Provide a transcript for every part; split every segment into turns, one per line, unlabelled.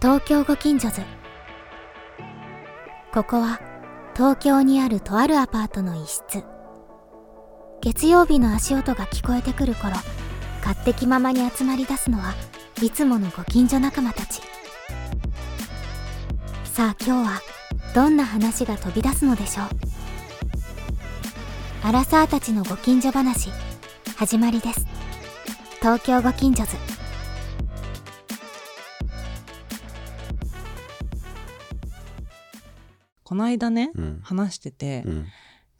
東京ご近所図ここは東京にあるとあるアパートの一室月曜日の足音が聞こえてくる頃勝手気ままに集まり出すのはいつものご近所仲間たちさあ今日はどんな話が飛び出すのでしょうアラサーたちのご近所話始まりです東京ご近所図
この間ね、
うん。
話してて、
うん。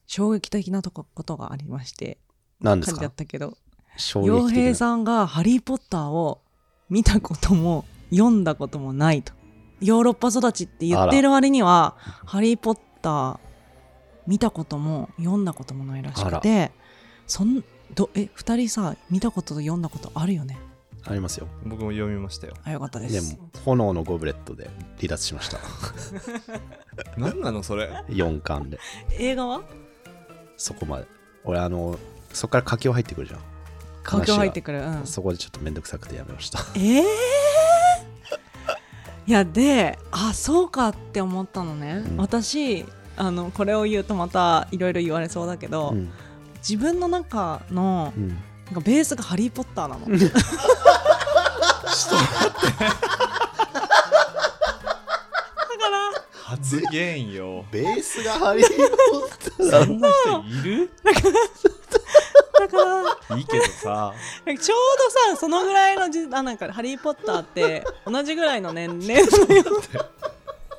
衝撃的なとこことがありまして
何で
感
す
じだっ
か
たけど
衝撃的な
洋平さんが「ハリー・ポッター」を見たことも読んだこともないとヨーロッパ育ちって言ってる割には「ハリー・ポッター」見たことも読んだこともないらしくてそんどえ2人さ見たことと読んだことあるよね
ありますよ。
僕も読みましたよ。
あよかったで
ですも、炎のゴブレットで離脱しました。
何なのそれ。
4巻で。
映画は
そこまで。俺、あの、そこから佳境入ってくるじゃん。
環境入ってくる、うん、
そこでちょっとめんどくさくてやめました。
ええ いやであそうかって思ったのね、
うん
私あのこれを言うとまたいろいろ言われそうだけど、
うん。
自分の中の
うん。。
なんかベースが「ハリー・ポッター」なの。
発言よ
ベースがハリー・ポッター
そんな人い る
だからなんか
いいけどさ。
ちょうどさそのぐらいのじあなんか「ハリー・ポッター」って同じぐらいの年齢のよ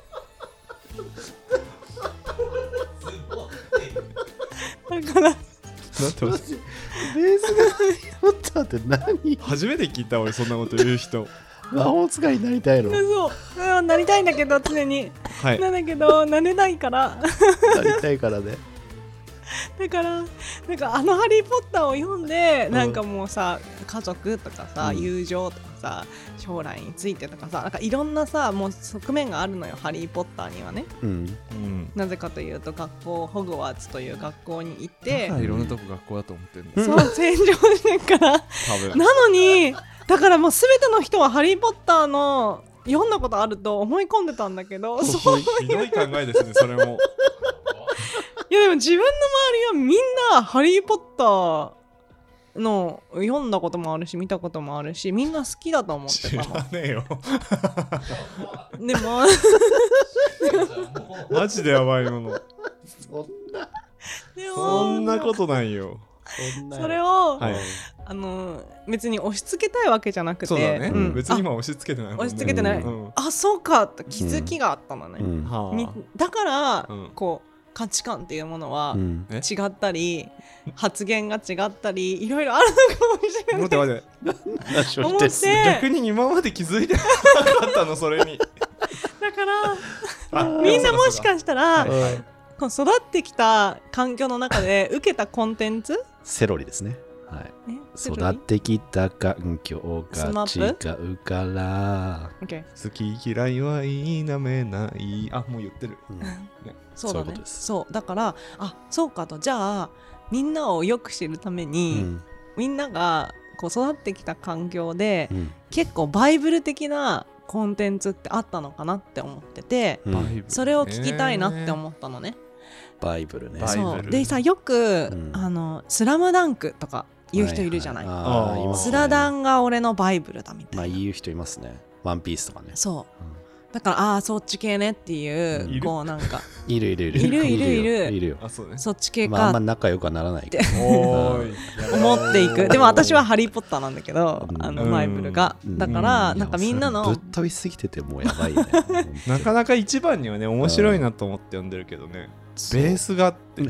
だから
なんて
マジベースがハリー・ポッターって
初めて聞いた俺そんなこと言う人。
何魔法使いになりたいのな
そううんなりたいんだけど常に
はい。
なんだけどなれないから
りたいからね。
だからなんかあの「ハリー・ポッター」を読んで、なんかもうさ家族とかさ、
うん
友情とかさ将来についてとかさなんかいろんなさもう側面があるのよ「ハリー・ポッター」にはね
うん。
うん。
なぜかというと学校ホグワーツという学校に行っ
だ
て
からいろんなとこ学校だと思ってるんだ。
そう戦場して から
多分。
なのにだからもう全ての人は「ハリー・ポッター」の読んだことあると思い込んでたんだけどそう
ひどい考えですね、それも。
いやでも自分の周りはみんな「ハリー・ポッター」の読んだこともあるし見たこともあるしみんな好きだと思って
知
た
ら
の
ねえ よ。
でも
マジでやばいもの。
そんな、
でも
そんなことないよ。
そんな。
それを、
はい。
あの別に押し付けたいわけじゃなくて
そうだね。
ん
別に今押し付けてないもんね。
押し付けてない
うん。
あそうかと気づきがあったのね、
うん。
は
みだから、
うん
こう価値観っていうものは、
うん
え
違ったり発言が違ったりいろいろあるのかもし
あ。
れない
待って待って。
話を
思っ
してて
逆に今まで気づいてなかったの、それ に。
だ から
あ
みんなもしかしたら
はいはい
こう育ってきた環境の中で受けたコンテン ツ
セロリですね。はい。
えセロリ
育ってきた環境
スマ
が違
ッ
うから。
OK
好き嫌いは否めないあもう言ってる
そう
そうい
だ
うこ
ね
とです
そうだからあそうかとじゃあみんなをよく知るため
う
に、
ん
みんながこう育ってきた環境で、
うん
結構バイブル的なコンテンツってあったのかなって思ってて、
うん
それを聞きたいなって
う
思ったのね。
バイブルね。
バイブル
そうでさよく、
うん
あの「スラムダンクとか言う人いるじゃない。
ははあー
あー
います
ス
ね
ラダンが俺のバイブルだみ
ま
た
あ
いな、
言う人いますね。ワンピースとかね。
そう
うん
だからああーそっち系ねっていう
いる
こうなん か
いるいるいる。
いるいるいる
よいるよ。
あそうね
そっち系
まああ
か
んま
っ
仲良くはならないけど。
おーい
て思っていくでも私は「
や
ハリー・ポッター」なんだけど
うん
あのバイブルが
うん
だから
うん
なんかみんな
ぶっ
の
飛びすぎててもうやばいね。
ばいなかなか一番にはね面白いなと思って読んでるけどねベースがあって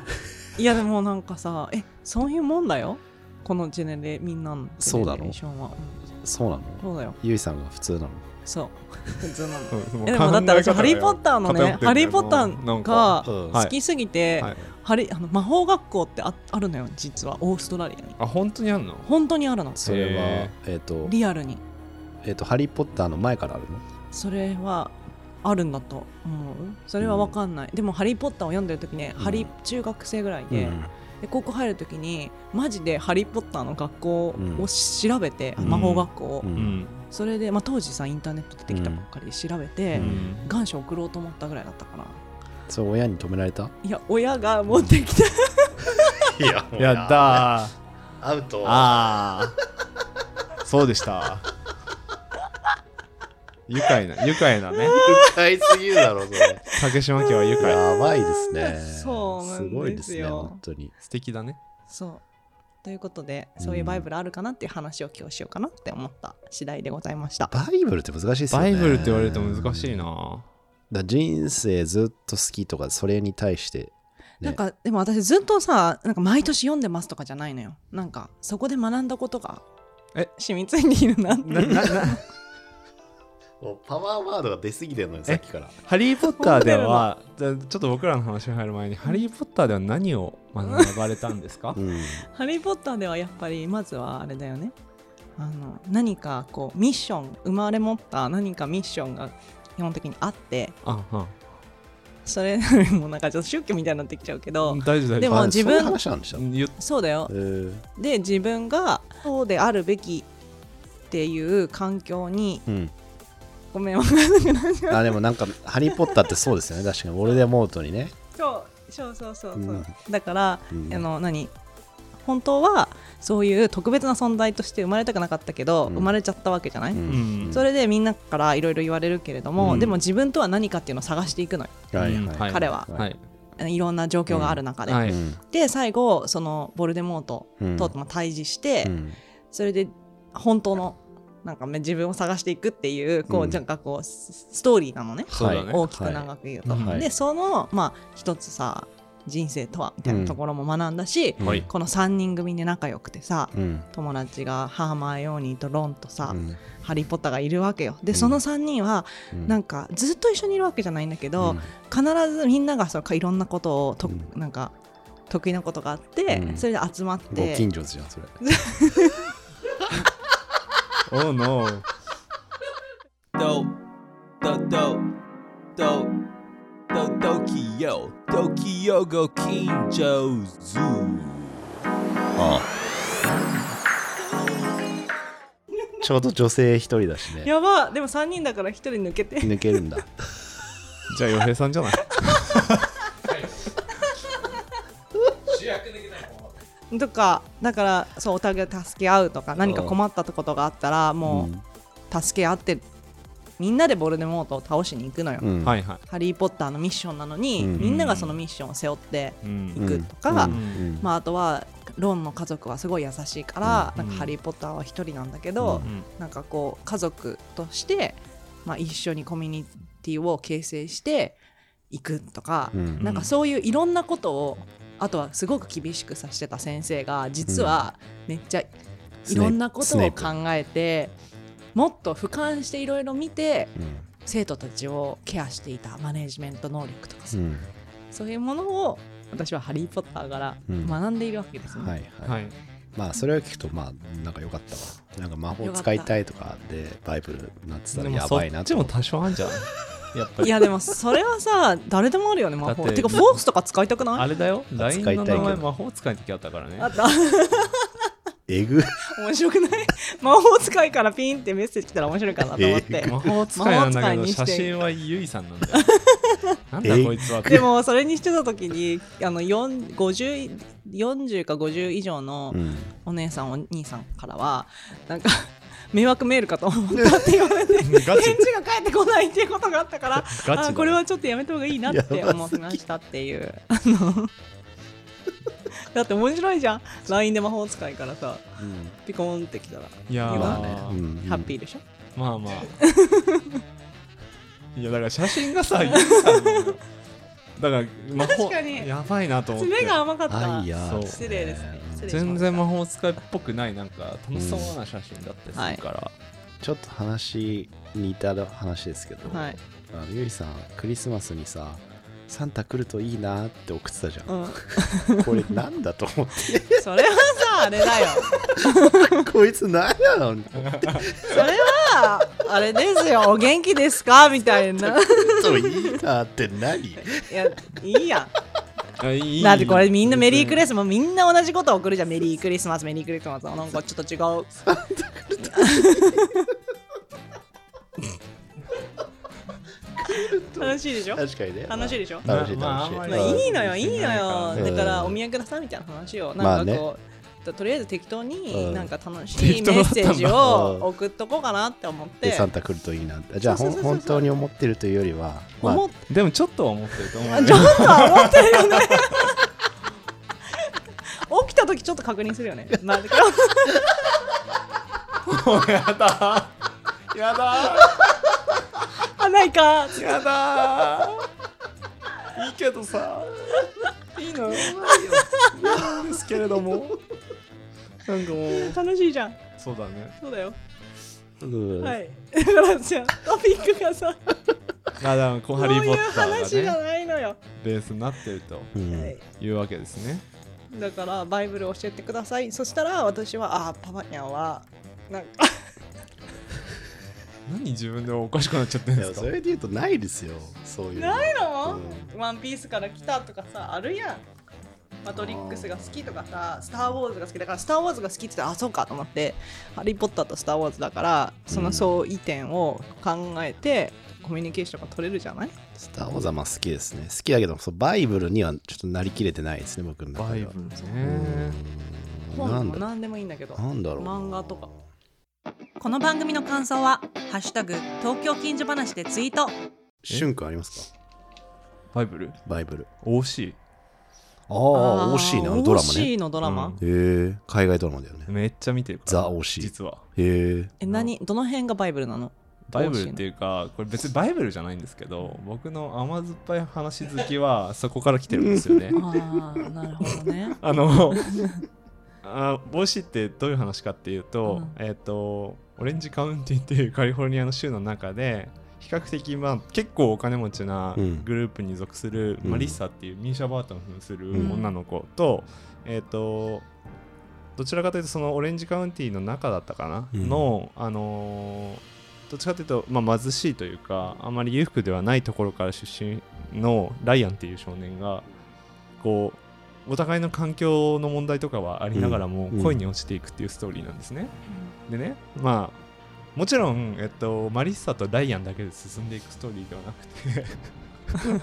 いやでもなんかさえそういうもんだよこのジェネレみんなのジ
そう
ェ
だ
ネ
ろ
レーションはうん
そうなの
そうだよ
ゆいさんが普通なの。
そう普通なの
う ん
えでもだったらさ
考
ハ
え方が
リー・ポッターのね
偏ってんだよ
ハリー・ポッタ
なん
ー
か
が
うん
はい
好きすぎて
はい
ハリあの魔法学校ってああるのよ実はオーストラリアに
あ本当にあんの
本当にあるの
それは
へ、
えっと、
リアルに
えっと、ハリー・ポッターの前からあるの
それはあるんだと思うそれは分かんない、でも「ハリー・ポッター」を読んでる時ね、
うん
ハリー中学生ぐらいで、
うん
で高校入る時にマジで「ハリー・ポッター」の学校
うん
を調べて、
うん
魔法学校を、
うん
うん
それで、まあ、当時さインターネット出てきたばっかりで調べて、
うん
願書送ろうと思ったぐらいだったから
それ親に止められた
いや親が持って きた
い や
やったー
アウト
ああそうでした愉快な愉快 なね
深いすぎるだろそれ
竹島家は愉快
やばいですね
そうなんですよ
ごいですね本当に
素敵だね
そうということでそういうバイブルあるかなっていう話を今日しようかなって思った次第でございました
バイブルって難しいですよ
バ
ね
イブルって言われると難しいな
だ人生ずっと好きとかそれに対して
なんかでも私ずっとさなんか毎年読んでますとかじゃないのよなんかそこで学んだことが
え
染みついているなって
ななな
パワーワードが出すぎてるのよ
さっ
きから
ハリー・ポッターではじゃあちょっと僕らの話に入る前にハリー・ポッターでは何を学ばれたんですか
うん
「 ハリー・ポッター」ではやっぱりまずはあれだよねあの何かこうミッション生まれ持った何かミッションが基本的にあって
ああ
それもうなんかちょっと宗教みたいになってきちゃうけど、
大丈夫大丈夫
でも
あ
自分
そういう話なんでした
言っ
そうだよ
えー
で自分がそうであるべきっていう環境に
うん、
ごめん わかんない
あでもなんか 「ハリー・ポッター」ってそうですよね確かに俺で思うとにね、
そうそうそうそうそう、
うん
だから、
うん
あの何本当はそういう特別な存在として生まれたくなかったけど、
うん
生まれちゃったわけじゃない、
ん
それでみんなからいろいろ言われるけれども、
うん
でも自分とは何かっていうのを探していくのよ、
はい
うん
はい、
彼は
はい
いろんな状況がある中で、
はい
うん
で最後そのボルデモート
うん
とも対峙して、
うん
それで本当のなんかね自分を探していくっていうこう、
うん
なんかこうスストーリーなのね
そうだね
大きく長く言うと、
はい
でそのまあ一つさ人生とはみたいなところも学んだし、
うん
はい
この3人組で仲良くてさ、
うん
友達がハーマーヨーニーとロンとさ、
うん
ハリー・ポッターがいるわけよ
う
で
ん
その3人は
うん
なんかずっと一緒にいるわけじゃないんだけど、必ずみんながそうかいろんなことをと、
うん
なんか得意なことがあって、
うん
それで集まっ
うんご
て
近所じゃんそれ
おーノー
ドドドドドドキヨドキヨご近所ズ
ちょうど女性一人だしね
やばでも3人だから1人抜けて
抜けるんだ
じゃあ洋平さんじゃない
とかだからそうお互い助け合うとか何か困ったことがあったらも
うん
う助け合ってみんなでボルデモートを倒しに行くのよ、
うん
はいは
ハリー・ポッターのミッションなのに、
うん
みんながそのミッションを背負って、
い、う、
うんん
行くとか
うんうん
まあ、あとはロンの家族はすごい優しいから、
うん
なんかハリー・ポッターは一人なんだけど、なんかこう家族として、まあ、一緒にコミュニティを形成していくとか、
うん
なんかそういういろんなことをあとはすごく厳しくさせてた先生が実はめっちゃいろんなこと
スネ
を
イプスネイ
考えてもっと俯瞰していろいろ見て
プ
生徒たちをケアしていたマネージメント能力とかさ、
うん
そういうものを私は「ハリー・ポッター」から
うん
学んでいるわけです
うん
ね。
はいはい、
はい
まあそれを聞くとまあなんか良かったわなんか魔法使いたいとかでバイブルなってた
で
ら
も
やばいな
そっち
と
も
思って
多少あんじゃんやっぱ
い
り
やでもそれはさ誰でもあるよ ね魔
だ
法
って
てかフォースとか使いたくない
あれだよ
使い
LINE
たい
の
けど
名前魔法使いの時あったからね
あった
えぐ
面白くない 魔法使いからピンってメッセージ来たら面白いかなと思って、
魔法使いなんだけ
魔法使い
ど
にして
写真はゆいさんなんだよなんだこいつは
でもそれにしてた時にあの4 50 40か50以上の
うん
お姉さんお兄さんからはなんか迷惑メールかと思 ったって言われて
ガチ
返事が返ってこないっていうことがあったから
ガチだ
あこれはちょっとやめた方がいいなって思いましたって いうあのだって面白いじゃん LINE で魔法使いからさ
うん
ピコーンってきたら
いやー
まあ
うん
ハッピーでしょ、
まあまあ いやだから写真がさゆいさんなのよだから魔法
確かに
やばいなと思って
爪が甘かった、
あいや
そう
失礼ですね失礼しました
全然魔法使いっぽくないなんか楽しそうな写真だったりするから、
ちょっと話似た話ですけど、
はい、
あのゆりさんクリスマスにさサンタ来るといいなって送ってたじゃ、
うんん、
これなんだと思っ
それはさあれだよ
てこいつ何やろう
それはあれですよお元気ですかみたいな
といいなって何
いやいいやん
あいいいい
だってこれみんなメリークリスマスみんな同じこと送るじゃんメリークリスマスメリークリスマスなんかちょっと違う楽しいでしょ
確かにね。
楽しいでしょ
楽しい
まあ
楽しい。
まああん
ま
ま
あ
り
いいのよいいのよ
うん
だからお土産くださいみたいな話を
ま
な
あ
ん
ね
かこうととりあえず適当
う
に
ん
なんか楽しい
適
メ
当だ
ッ
ったん
セー
だ
ジを
うん
送っとこうかなって思っ
で
て
サンタ来るといいなじゃあ
そう
ほ
そうそうそ
ん
う
本当に思ってるというよりは、まあ、
思っ
でもちょっとは思ってると思うよ
あちょっとは思ってるよね 起きた時ちょっと確認するよねまあだから
やだ やだ
あないか
やだーいいけどさいいのよなんですけれどもなんかもう
楽しいじゃん
そうだね
そうだよ
うん
はい だからじゃあトピックがさ
まあでもこう
そう
ハリー・
い
ポ
う
ッタ
話じ
ー
ゃ
がね
ないのよ
ベースになってると
うん
はい
いうわけですね
だからバイブル教えてくださいそしたら私はあーパパニャンはなんか
何自分でもおかしくなっちゃってるん
い
で
や
す
そ
か
れで言うとないですよそういうの
ないの、ワンピースから来たとかさあるやんマトリックスが好きとかさスター・ウォーズが好きだからスター・ウォーズが好きって言ったらあそうかと思ってハリー・ポッターとスター・ウォーズだからその相違点を考えて、コミュニケーションが取れるじゃない
スター・ウォーズはまあ好きですね好きだけどそうバイブルにはちょっとなりきれてないですね僕の中
バイ
では
ブル
うん
ね
本
な
で
ん
も
だ
何でもいいんだけど
なんだろうな
漫画とか
この番組の感想は「ハッシュタグ東京近所話」でツイート
シュン君ありますか
バイブル
バイブル
OC
ああ惜しいなあのドラマねへ
OC のドラマ、
うん
え海外ドラマだよね
めっちゃ見てるから
ザ OC
実は
へえ
え何どの辺がバイブルなの
バイブルっていうかこれ別にバイブルじゃないんですけど僕の甘酸っぱい話好きはそこから来てるんですよ ね
ああなるほど ね
あのあ帽子ってどういう話かっていうと、えっ、とオレンジカウンティっていうカリフォルニアの州の中で比較的まあ結構お金持ちな
うん
グループに属する、
うん
マリッサっていうミーシャ・バートン扮する
うん
女の子と、えっ、とどちらかというとそのオレンジカウンティの中だったかな、
うん
のあのーどっちかというと、まあ、貧しいというかあまり裕福ではないところから出身のライアンっていう少年がこうお互いの環境の問題とかはありながらも
うん
恋に落ちていくっていうストーリーなんですね。でねまあもちろん、えっと、マリッサとライアンだけで進んでいくストーリーでは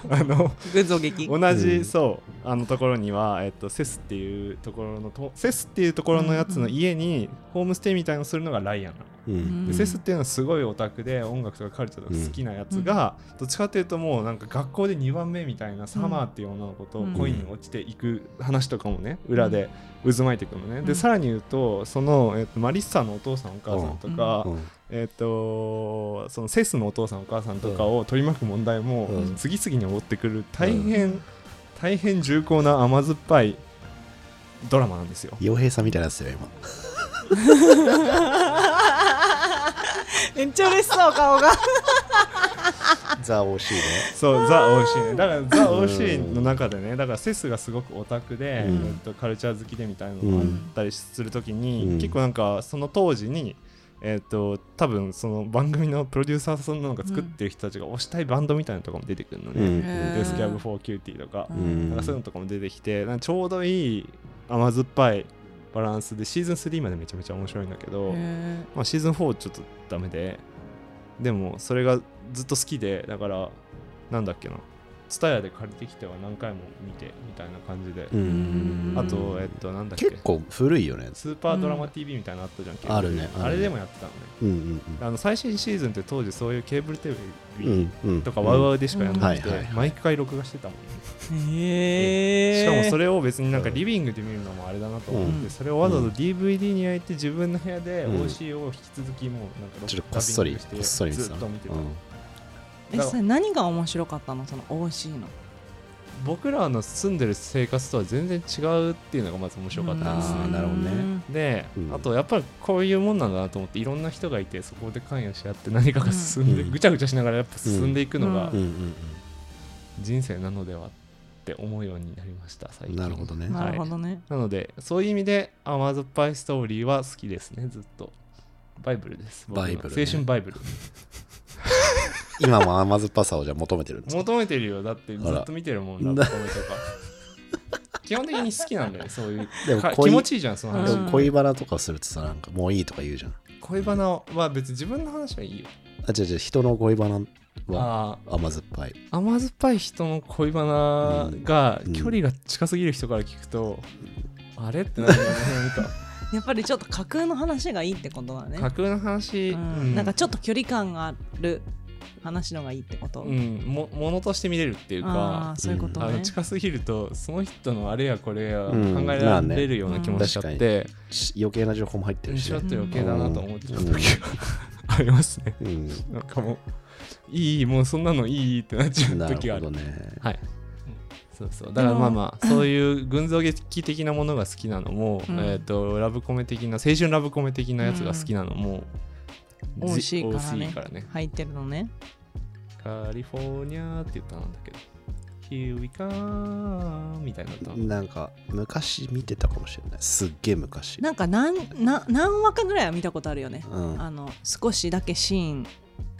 なくてあの
群像劇
同じ、
うん
そうあのところには、えっと、セスっていうところのとセスっていうところのやつの家にホームステイみたいのするのがライアンなの
う
で
ん
うん
セスっていうのはすごいオタクで音楽とかカルチャーとか好きなやつが、どっちかっていうともうなんか学校で2番目みたいなサマーっていう女の子と恋に落ちていく話とかもね裏で渦巻いていくのね、
う
で
ん
さらに言うとその、えっとマリッサのお父さんお母さんとか、
うん
えっとそのセスのお父さんお母さんとかを取り巻く問題も
うん
次々に起こってくる大変、大変重厚な甘酸っぱいドラマなんですよ。
洋平さんみたいなやつだよ今
めっちゃ嬉しそう顔が
ザ・ OC ね
そう、ザ・ OC ね。だから、ザ・ OC の中でね、だからセスがすごくオタクで、
うん
えっと、カルチャー好きでみたいなのがあったりするときに、
うん
結構なんか、その当時に、えっと、多分その番組のプロデューサーさんなんか作ってる人たちが推したいバンドみたいなのとかも出てくるの
う
ね。
ん
デスキャブ・フォー・キューティーとか
う、
なん
ん
かそういうのとかも出てきて、なんかちょうどいい甘酸っぱいバランスで、シーズン3までめちゃめちゃ面白いんだけど、まあ、シーズン4ちょっとダメででもそれがずっと好きでだからなんだっけな TSUTAYA で借りてきては何回も見てみたいな感じで、
うん
あとえっとなんだっけ
結構古いよね
スーパードラマ TV みたいなのあったじゃん、ケーブル
あるねあるね
あれでもやってたのね
うんうん
あの最新シーズンって当時そういうケーブルテレ
う
ビ
んうんうん
とかワウワウでしかやんなくて、
うんはいはいはい
毎回録画してたもんね、
へえ
しかもそ
れ
れを別になんかリビングで見るのもあれだなと思って、
うん
それをわざわざ DVD に焼いて自分の部屋で
うん
OC を引き続きもうなんか
ちょっとこっそり
ダビングして
こっそり見て
ず
た
っ
の
と見てた、
うん
え
だ
それ何が面白かったのその OC の
僕らの住んでる生活とは全然違うっていうのがまず面白かったです
あー
ね。
なるほどね
で、
うん
あとやっぱりこういうもんなんだなと思っていろんな人がいてそこで関与し合って何かが進んで、
うん
ぐちゃぐちゃしながらやっぱ進んでいくのが
うんうん
人生なのではって思うようになりました最
うん
近
なるほどね
は
なるほどね、
なのでそういう意味で甘酸っぱいストーリーは好きですねずっとバイブルです僕の
バイブルね
青春バイ ブル
今も甘酸っぱさをじゃあ求めてるんですか
求めてるよだってずっと見てるもん
あ
だ
ら
って米とか 基本的に好きなんだよねそういう
でも
か
恋
気持ちいいじゃんその
うん
話、
でも恋バナとかするとさ、なんかもういいとか言うじゃん。
恋バナは別に自分の話はいいよ
あ、違う違う、人の恋バナは
あ
甘酸っぱい。
ー甘酸っぱい人の恋バナが
うん
距離が近すぎる人から聞くと、あれってなるよね
やっぱりちょっと架空の話がいいってことだね
なんか架空の話、
うんなんかちょっと距離感がある話のがいいってこと、
うん、もものとして見れるっていう
あ
か
あそういうこと
あの
ね、
近すぎるとその人のあれやこれや考
うん
え
ま
ら
あね
れるような気もしちゃって、
確かし余計な情報も入ってるし
ちょ
ね
っ。と余計だなと思っちゃう時
うん
が ありますね
うん。
なんかもういいもうそんなのいいってなっちゃう
な
時
る
があ
ほ
る
どね。
はいそうそうだからまあまあそういう群像劇的なものが好きなのも、
うん
えっとラブコメ的な青春ラブコメ的なやつが好きなのも、
美味しいからね
美味しいからね
入ってるのね
カリフォルニアって言ったんだけど Here we come みたいになったの
なんか昔見てたかもしれない。すっげえ昔。
なんか何な何話かぐらいは見たことあるよね
うん。
あの少しだけシーン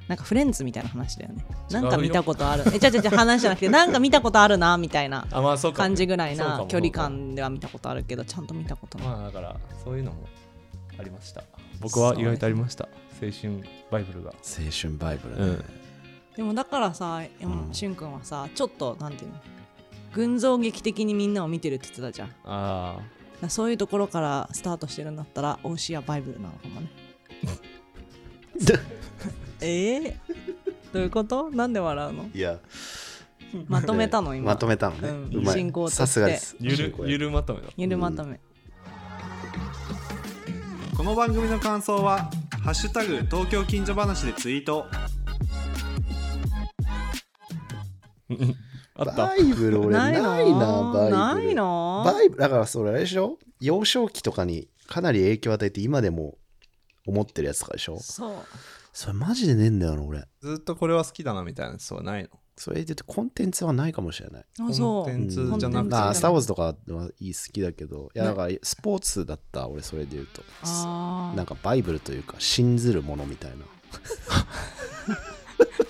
なんかフレンズみたいな話だよね
違う
な
よ
んか見たことあるえちゃちゃちゃ話じゃなくてなんか見たことあるなみたいな
あまあそうかも
感じぐらい
そうか
な
も
距離感では見たことあるけどちゃんと見たことない
まあだからそういうのもありました僕は意外とありました青春バイブルが
青春バイブルね。
うん
でもだからさ
うん
しゅんくんはさちょっとなんていうの群像劇的にみんなを見てるって言ってたじゃんだか
あ
らそういうところからスタートしてるんだったらオーシアバイブルなのかもねええどういうことなんで笑うの
いや、
まとめたの今
まとめたのね。
うん
うま
進行
い。
として
さすがです。
ゆるゆ
る。
るまとめだ
ゆるまとめ、
この番組の感想は「ハッシュタグ東京近所話」でツイート
あった
バイブル俺ないな、バイブル。
ないの
バイブル、だからそれあれでしょ幼少期とかにかなり影響を与えて今でも思ってるやつとかでしょ
そう
それマジでねえんだよな、俺。
ずっとこれは好きだなみたいなやつはないの
それで言ってコンテンツはないかもしれない。
あ
コン
そ
テ
う
ンツじゃな
コ
くて
ンテンツ
まあ、
じ
ス
ゃな
タ
い
ー・ウォーズとかはいい好きだけど、いや、だからスポーツだった、俺、それで言うと。
あ
なんかバイブルというか、信ずるものみたいな。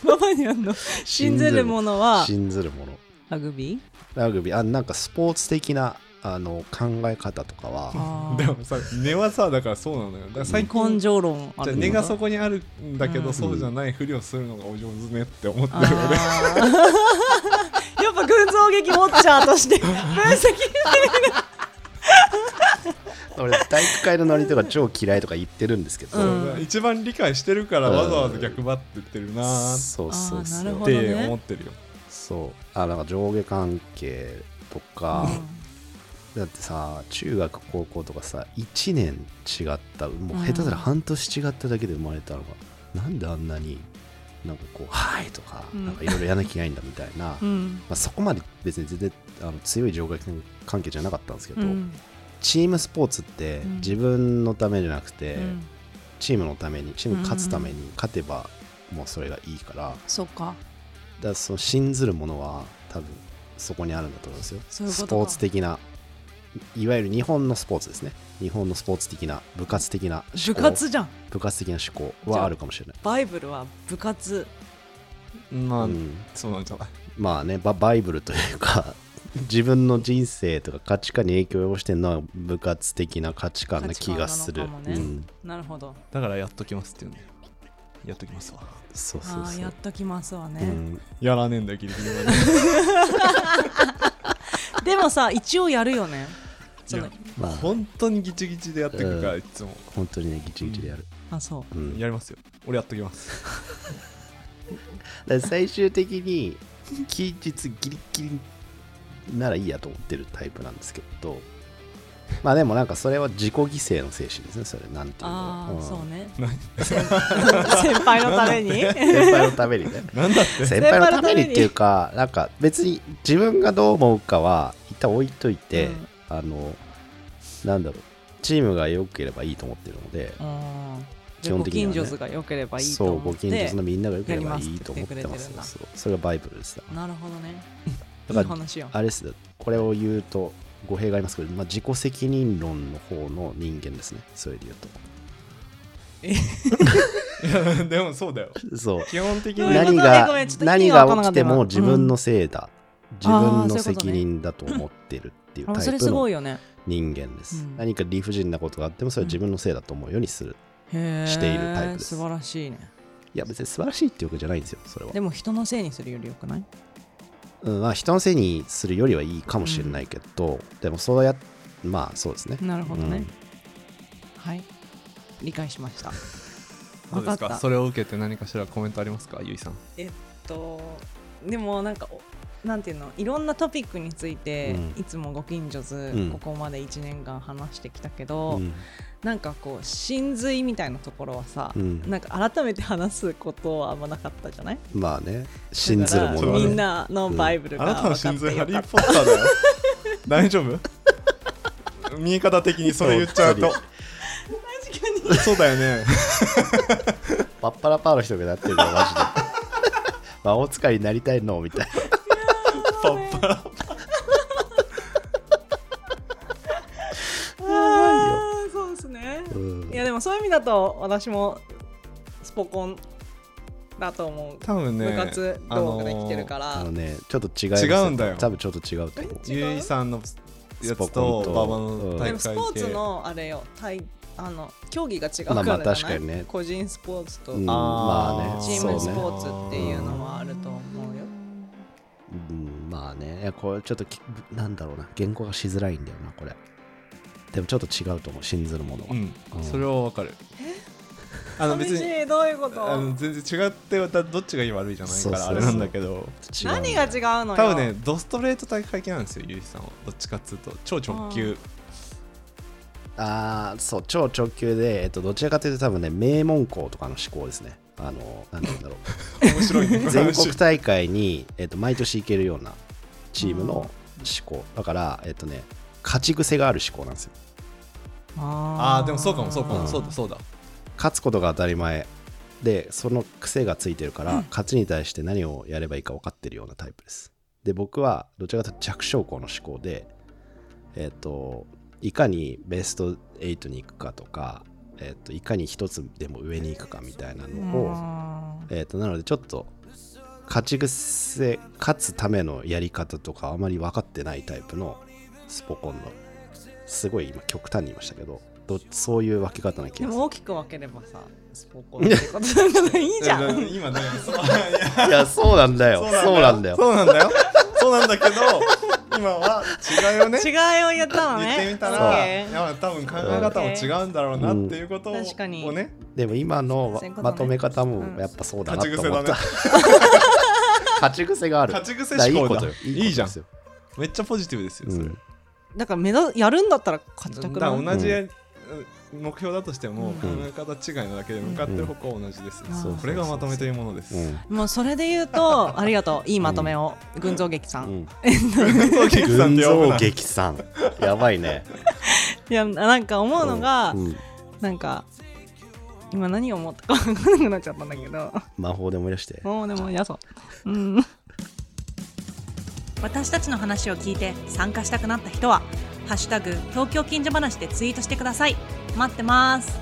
ママニャンの信ずるものは
信ずるもの。
ラグビー
ラグビー、あなんかスポーツ的なあの考え方とかは、
あ
でもさ根はさだからそうなのよだから最近
根性論あ
じ
る
ゃ
の
あ根がそこにあるんだけど、
うん
そうじゃないふりをするのがお上手ねって思ってるよね
あー やっぱ群像劇ウォッチャーと して分析
俺、体育会のノリとか超嫌いとか言ってるんですけど、
うん
そう一番理解してるから
うん
わざわざ逆張って言ってるなー
そうそう
あーな
そ
る
う
ほ。
っ
ど
て思ってるよ、
そうあなんか上下関係とか、だってさ中学高校とかさ1年違ったもう下手すら半年違っただけで生まれたのが、なんであんなになんかこう「はい」とか、
うん
なんかいろいろやらなきゃいけないんだみたいな、
う
ま
ん
あ、そこまで別に全然あの強い上下関係じゃなかったんですけ
う
ど、
ん
チームスポーツって
うん
自分のためじゃなくて、
うん
チームのためにチームに勝つために勝てばもうそれがいいから、
そうか
だからその信ずるものは多分そこにあるんだと思うんですよ
そういうことか
スポーツ的ないわゆる日本のスポーツですね日本のスポーツ的な部活的な
部
思考
活じゃん
部活的な思考はあるかもしれない、
バイブルは部活
まあ、
うん、
そうなんじゃない
まあねババイブルというか 自分の人生とか価値観に影響を及ぼしてるのは部活的な価値観な気がする、
価値観なの
う
かもね
ん、
なるほど
だからやっときますっていうねやっときますわ
そうそう
ああ
そ
や
う
っ、ときますわ
う
ね
ん、
やらねえんだよギリギリまで
でもさ一応やるよねその
いや
まあ
本当にギチギチでやってくから、
うん
いつも
本当にねギチギチでやる、
あそう
うん、
やりますよ俺やっときます
だから最終的に期日ギリギリならいいやと思ってるタイプなんですけどまあでもなんかそれは自己犠牲の精神ですねそれなんていう
あ
の、
あ
ん
そう ね
何
先輩のために
先輩のために ね
なんだって
先輩のためにっていうかなんか別に自分がどう思うかは一旦置いといて、
うん
あのなんだろうチームが良ければいいと思ってるので、
うん
基本的にはね
ご近所図が良ければいいと
そ
思
うご
って
近所のみんなが良ければいいと思っ
や
て
りま
ます
って言ってくれてる
す
んだ
そうそれがバイブルですだから
なるほどねい
だか
い
ら
話よ
あれですよこれを言うと語弊がありますけど、まあ、自己責任論の方の人間ですねそれで言う
いやでもそうだよ
とそう
基本的
ど
に
ういうこと
何
ねごめ
が
んちょっと意
何
味が分か
が
んなか
起き
った
て
今
も自分のせいだ、
うん
自分
あーそういう
の
ことね
責任だと思ってるっっていうタ
あそ
イ
れ
プ
すご
の
いよね
人間です、
うん
何か理不尽なことがあってもそれは自分のせいだと思うようにする、
へー
しているタイプです
素晴らしいね
いや別に素晴らしいっていうわけじゃないんですよそれは
でも人のせいにするよりよくない
うんまあ、人のせいにするよりはいいかもしれないけど、でもそうやっまあそうですね
なるほどね、
うん
はい理解しま した
どう
分か
で
っ
すか
た
それを受けて何かしらコメントありますかゆいさん
えっとでもなんかおなんていうのいろんなトピックについて、
うん
いつもご近所ず、
うん
ここまで1年間話してきたけ
う
ど、
ん
なんかこう真髄みたいなところはさ、
うん
なんか改めて話すことはあんまなかったじゃない
まあね信ずるも
だ
のは
から
ね
みんなのバイブルが
あ
分
な
か
た
ってよか
の
った、
心臓ハリー・ポッターだよ大丈夫見え方的にそれ言っちゃうとそうだ よね
パッパラパーの人がなってるからマジで 魔法使いになりたいのみたいな
パッ パラ
あーそうですね
うん
いやでもそういう意味だと私もスポコンだと思う
多分ね
部活動画できてるから、
あのねちょっと違います
違うんだよ
多分ちょっと違うと思う
え
ゆいさんのや
スポ
つ
コン
と
と
馬場の
で
大
も
会
スポー
系
ツのあれよ体あの競技が違うから
まあ
じゃ
ま
な
あ
い、
確かにね
個人スポーツと、
うん
チ
まあね
ー
ームスポ
そうね
ーツっていうのはあると思うよ
うんまあねいやこれちょっときなんだろうな言語がしづらいんだよなこれでもちょっと違うと思う信ずるものは、
うん
うん
それはわかるあの別
寂し
に
いどういうこと
あの全然違ってまたどっちがいい悪いじゃない
そう
か
そうそう
らあれなんだけど
違うんだ
何
よ
が違うのよ
多分ねドストレート体育会系なんですよゆいさんはどっちかっつうと超直球
ああそう超直球で、えっと、どちらかというと多分ね名門校とかの思考ですねあのなんて言うんだろう
面白いね
全国大会に、えっと、毎年行けるようなチームの思考だからえっとね勝ち癖がある思考なんですよ
ああでもそうかもそうか
う
も
ん
そうだそうだ
勝つことが当たり前でその癖がついてるから、勝ちに対して何をやればいいか分かってるようなタイプですで僕はどちらかというと弱小校の思考でえっ、といかにベスト8に行くかとか、えっといかに一つでも上に行くかみたいなのを、えっとなのでちょっと勝ち癖勝つためのやり方とかあまり分かってないタイプのスポコンのすごい今極端に言いましたけどどそういう分け方な気
で
がす
も
る
大きく分ければさスポコンってことだからいいじゃん
い や今ねそういや
いや、そうなんだよ。そうなんだよ。
そうなんだよ。そうなんだけど、今は違うよね。
違いを言ったのね
言ってみた
オッ
ら、
ケー
いや多分考え方も違うんだろうなっていうことを、
うん確かに
をね、
でも今の
そういうことね
まとめ方もやっぱそうだなと思った。
勝
勝ち癖がある。
勝ち癖
だから
思考だ
いいことよ
いいじゃん
いいこ
めっちゃポジティブですよ。
とです
そ
よ。う
れ。
ん
だから目指やるんだったら勝ちたく
だ
な
か
い
ら同じや、目標だとしても、考
ん
え方違いなだけで向かってる方向は同じです、
うん
これがまとめというものです。
うん
もうそれで言うとありがとういいまとめを、群像劇さん、
うん
そう菊さんっ
群
て呼
像
ぶな
劇さん。やばいね。
いやなんか思うのが、
うん
なんか今何を思ったか分からなくなっちゃったんだけど
魔法で思い出して。
もうでもやそううん
私たちの話を聞いて参加したくなった人は「ハッシュタグ東京近所話」でツイートしてください待ってます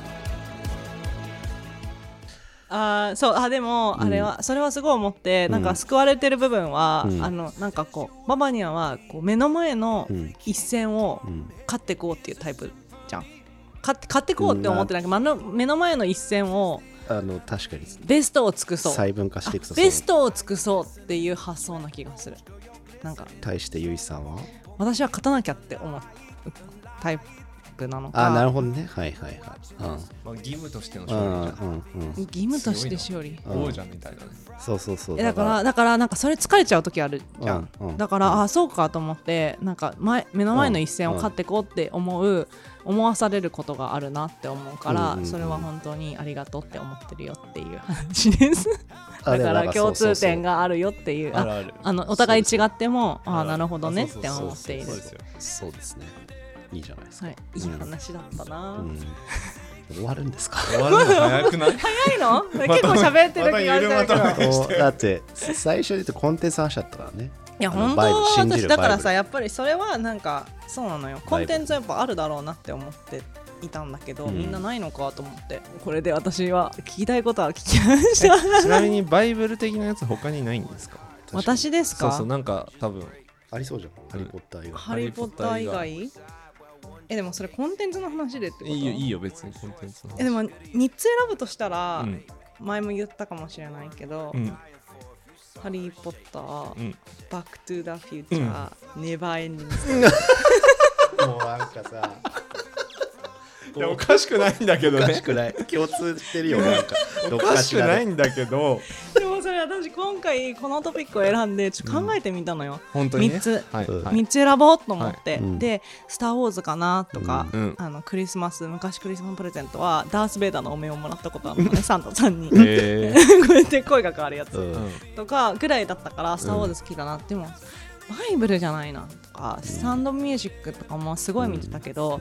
あーそうあでも、
うん
あれはそれはすごい思って
うん
なんか救われてる部分は、
うん
あのなんかこうババニアはこう目の前の
うん
一戦を
うん
勝ってこうっていうタイプじゃん勝って勝ってこうって思ってなんかまの目の前の一戦を
あの、確かに
ベストを尽くそう
細分化していくと、
ベストを尽くそうっていう発想な気がするなんか
その対してゆいさんは
私は勝たなきゃって思うタイプなのか
あ、なるほどね。はいはいはい。
まあ、義務としての
う
勝利
ん。
じ
うんうんうん。
義務としてしおり
ゃん、王者みたいなね。
そうそうそう。
えだからだからなんかそれ疲れちゃう時あるじゃん、
うんうん
だから、あそうかと思ってなんか前目の前の一戦を勝ってこうって思う、思わされることがあるなって思うから、
うんうんうん
それは本当にありがとうって思ってるよっていう話ですだ
あでも
か
なん
ら
そ
共
うそう
通
そう
点があるよっていう
あ
あ
るある。
あのお互い違ってもあ
あ
あ
る
なるほどねっ
そう
て
そうそう
思っている
そうですよ。
そうですね。いいじゃないですか。
はい、いい話だったな、
うん終わるんですか
終わるの早 くない
早いの結構喋ってる気がする
ま
け
た
ど、
また緩また
おだって最初に言ってコンテンツ話しちゃったからね
いや
あの
本当
バイブル
は
信じ
私
る
だから
バ
さやっぱりそれはなんかそうなのよコンテンツはやっぱあるだろうなって思っていたんだけど、
うん
みんなないのかと思ってこれで私は聞きたいことは聞きました
ちなみにバイブル的なやつ他にないんですか
私です
そ
か
うそうなんか多分
ありそうじゃん、ハリー・ポッター映画。
ハリー・ポッター以
ハリ
外えでもそれコンテンツの話でってこと
いいよいいよ別にコンテンツの
えでも3つ選ぶとしたら、
うん
前も言ったかもしれないけど「
うん
ハリー・ポッター」
うん
バック・トゥ・ザ・フューチャー」ネバーエンディング ストーリー」
もうなんかさ、
いやおかしくないんだけ
お
ど
かし
ね
くない。 共通してるよ、なんか。
おかしくない
どっ
んだけど
でもそれ私今回このトピックを選んでちょっと考えてみたのよ、
本当にね
三つ
はい
うん
は
三
い
3つ選ぼうと思って、
はいうん
で「スター・ウォーズ」かなとか、
うん
あのクリスマス昔クリスマスプレゼントはダース・ベイダーのお面をもらったことあるのねサンタさんに こ
え
うやって声が変わるやつ
か、うん
とかぐらいだったから「スター・ウォーズ」好きだなって、でもバイブルじゃないなとかスタンドミュージックとかもすごい見てたけど、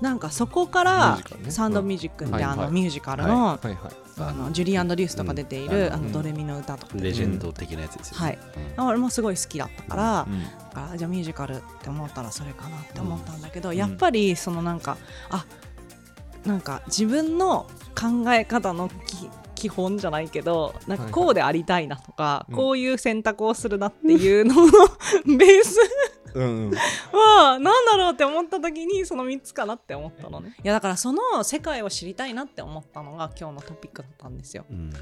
なんかそこから
ミュージカルね
スタンドミュージックって、
うん
あ
はいは
の
い
ミュージカルの,、
はいはい
あのジュリー・リュースとか出ている「
うん
あ
う
の
ん
ドレミの歌」とか
レジェンド的なやつですよね。
はいあ俺もすごい好きだったから、だからじゃあミュージカルって思ったらそれかなって思ったんだけど、やっぱりそのなんかあなんか自分の考え方のき基本じゃないけどなんかこうでありたいなとか、
うん
こういう選択をするなっていうのの ベース
うんうん
は何だろうって思った時にその3つかなって思ったのねいやだからその世界を知りたいなって思ったのが今日のトピックだったんですよ
うん。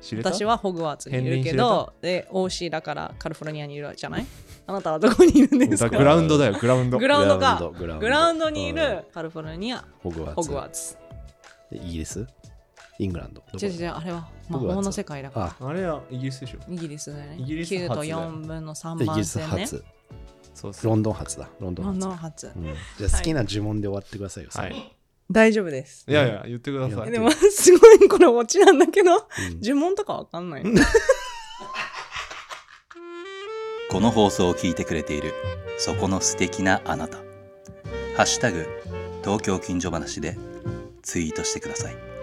知れた
私はホグワーツにいるけ
片鱗
どで OC だからカリフォルニアにいるじゃないあなたはどこにいるんです
だ
か
グラウンドだよグラウンド
グラウンドか
グラウンド
グラウンドにい
うん
るカリフォルニア
ホグワー
ホ
ツ。
グワーツ
イギリスイングランド。どこ
違う違うあれは魔
ホグワー
法
ツ
の世界だから
あ、
あれはイギリスでしょ
イギリスだよね
イギリス
9
発
と
だよ
4分の
で
3
イギ
番
リス
線ね
初。
そうそう
ロンドン初だ。ロンド
ロ
ン
ン
初
ドン。発
うんじゃあ好きな呪文で終わってくださいよ。最後
大丈夫です
いやいや言ってください
でもすごいこれオチなんだけど
うん
呪文とかわかんない
この放送を聞いてくれているそこの素敵なあなた「ハッシュタグ東京近所話」でツイートしてください